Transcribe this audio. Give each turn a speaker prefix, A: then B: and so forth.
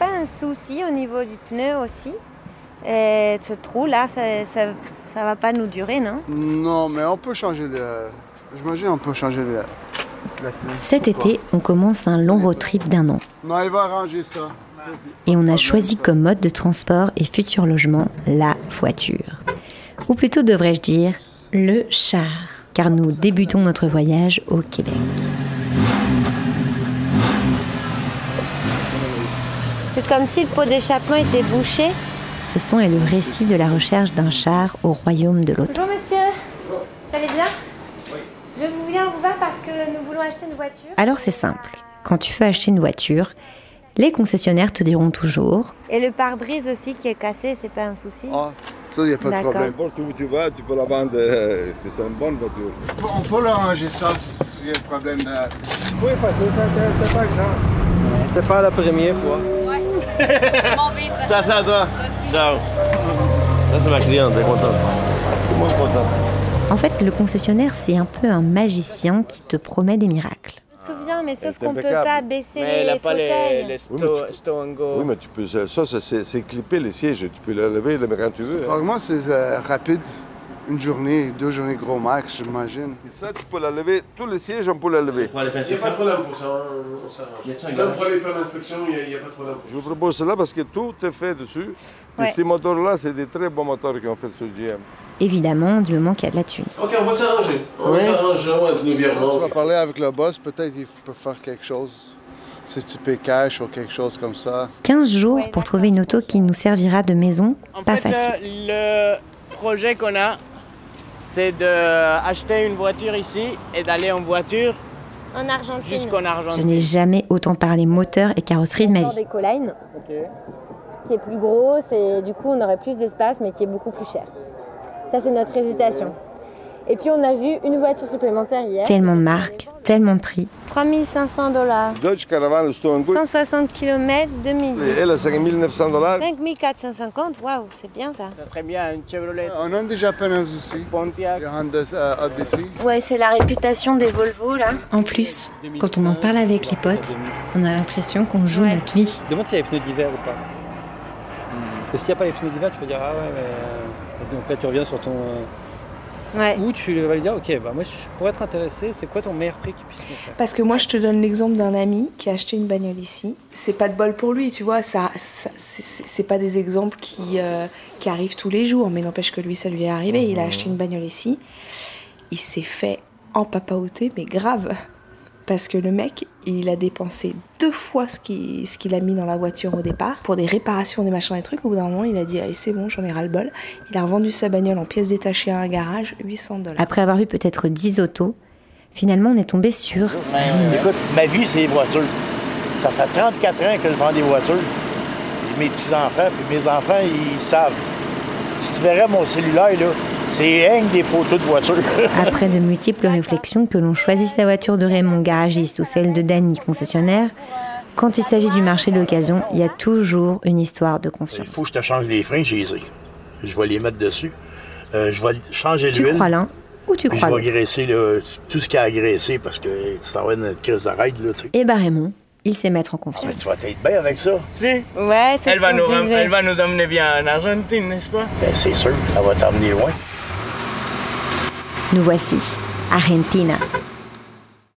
A: un souci au niveau du pneu aussi. Et ce trou-là, ça ne va pas nous durer, non
B: Non, mais on peut changer le. J'imagine on peut changer le.
C: Cet été, on commence un long road trip d'un an.
B: Non, il va arranger ça.
C: Et on a choisi comme mode de transport et futur logement la voiture. Ou plutôt devrais-je dire le char, car nous débutons notre voyage au Québec.
A: C'est comme si le pot d'échappement était bouché.
C: Ce son est le récit de la recherche d'un char au royaume de l'automne.
A: Bonjour monsieur, vous allez bien Je vous viens vous voir parce que nous voulons acheter une voiture.
C: Alors c'est simple, quand tu veux acheter une voiture, les concessionnaires te diront toujours
A: Et le pare-brise aussi qui est cassé, c'est pas un souci.
B: Ah, ça, il n'y a pas de
A: D'accord.
B: problème.
D: N'importe où tu vas, tu peux la vendre. euh, C'est une bonne voiture.
B: On peut l'arranger ça s'il y a un problème de.
E: Oui, facile, ça, c'est- c'est pas grave. C'est pas la première fois.
F: Ça, c'est à toi. Ciao. Ça, c'est ma cliente, elle est contente. Tout le monde est content.
C: En fait, le concessionnaire, c'est un peu un magicien qui te promet des miracles.
A: Je me souviens, mais sauf
D: était
A: qu'on peut
D: impeccable.
A: pas baisser
G: Mais
A: les
G: il n'a pas
A: fauteuils.
G: les, les
D: Oui, mais tu-
G: sto- sto and go.
D: Oui, mais tu peux, ça, ça, c'est c'est clipper les sièges. Tu peux les lever le- quand tu veux. hein.
B: Vraiment, c'est euh, rapide. Une journée, deux journées, gros max, j'imagine.
D: Et ça, tu peux la lever. Tous les sièges, on peut la lever.
F: Pour aller faire
G: Il n'y a pas de
F: l'inspection.
G: problème pour ça, hein, on, on s'arrange.
F: Y a-t-il un
G: Même
F: garage
G: pour aller faire l'inspection, il n'y a, il y a pas de problème.
D: Je vous propose cela parce que tout est fait dessus.
A: Ouais.
D: Et ces moteurs-là, c'est des très bons moteurs qui ont fait sur GM.
C: Évidemment, du moment qu'il y a de la thune.
G: Ok, on va s'arranger. On s'arrange, ouais,
B: Tu
G: régulièrement.
B: vas parler avec le boss, peut-être il peut faire quelque chose. Si tu payes cash ou quelque chose comme ça.
C: 15 jours
A: Ouais,
C: pour
A: d'accord.
C: trouver une auto qui nous servira de maison,
G: En
C: pas
G: fait, euh,
C: facile.
G: le projet qu'on a, c'est d'acheter une voiture ici et d'aller en voiture
A: En Argentine.
G: jusqu'en
C: Je
G: Argentine.
C: n'ai jamais autant parlé moteur et carrosserie de ma vie.
A: collines qui est plus grosse et du coup on aurait plus d'espace mais qui est beaucoup plus cher. Ça c'est notre hésitation. Et puis on a vu une voiture supplémentaire hier.
C: Tellement de marques, tellement de prix.
A: 3500 dollars.
D: Dodge Caravan Stone
A: 160 km,
G: euh,
A: 2000.
D: Elle a 5900 dollars.
A: 5450, waouh, c'est bien ça.
G: Ça serait bien une Chevrolet
B: On a déjà Japonais aussi.
G: Pontiac.
B: Les Honda euh, Odyssey.
A: Ouais, c'est la réputation des Volvo là.
C: En plus, quand on en parle avec les potes, on a l'impression qu'on joue
A: Ouais.
C: notre vie.
H: Demande s'il y a les pneus d'hiver ou pas. Parce que s'il n'y a pas les pneus d'hiver, tu peux dire ah ouais mais euh, donc là tu reviens sur ton euh,
A: Ouais.
H: ou tu vas lui dire ok bah moi je, pour être intéressé c'est quoi ton meilleur prix que tu puisses me faire
I: Parce que moi, je te donne l'exemple d'un ami qui a acheté une bagnole ici. C'est pas de bol pour lui, tu vois. Ça, ça- c'est- c'est c'est pas des exemples qui, euh, qui arrivent tous les jours, mais n'empêche que lui, ça lui est arrivé. Il a acheté une bagnole ici. Il s'est fait empapaoter, mais grave. Parce que le mec, il a dépensé deux fois ce qu'il ce qu'il a mis dans la voiture au départ pour des réparations, des machins, des trucs. Au bout d'un moment, il a dit Allez, c'est bon, j'en ai ras le bol. Il a revendu sa bagnole en pièces détachées à un garage, 800 dollars.
C: Après avoir eu peut-être 10 autos, finalement on est tombé sur
J: Écoute, ma vie, c'est les voitures. Ça fait 34 ans que je vends des voitures. Et mes petits-enfants, puis mes enfants, ils savent. Si tu verrais mon cellulaire, là, c'est rien que des photos de voitures.
C: Après de multiples réflexions, que l'on choisisse la voiture de Raymond garagiste ou celle de Danny concessionnaire, quand il s'agit du marché de l'occasion, il y a toujours une histoire de
J: Il
C: confiance.
J: faut que je te change les freins, j'ai les ai. Je vais les mettre dessus. Euh, je vais changer
C: Tu
J: l'huile.
C: crois l'un ou tu
J: Puis
C: crois
J: je vais
C: l'autre
J: graisser là, tout ce qui a agressé parce que tu t'en vas dans une crise de ride, là, tu sais.
C: Eh ben Raymond, il sait mettre en
J: Mais tu
C: confiance.
J: vas être bien avec ça.
G: Si,
A: Ouais, c'est
G: elle
A: ce
G: va, nous,
A: qu'on
G: ram-
A: disait.
G: elle va nous emmener bien en Argentine, n'est-ce pas
J: Ben, c'est sûr, ça va t'emmener loin.
C: Nous voici, Argentina.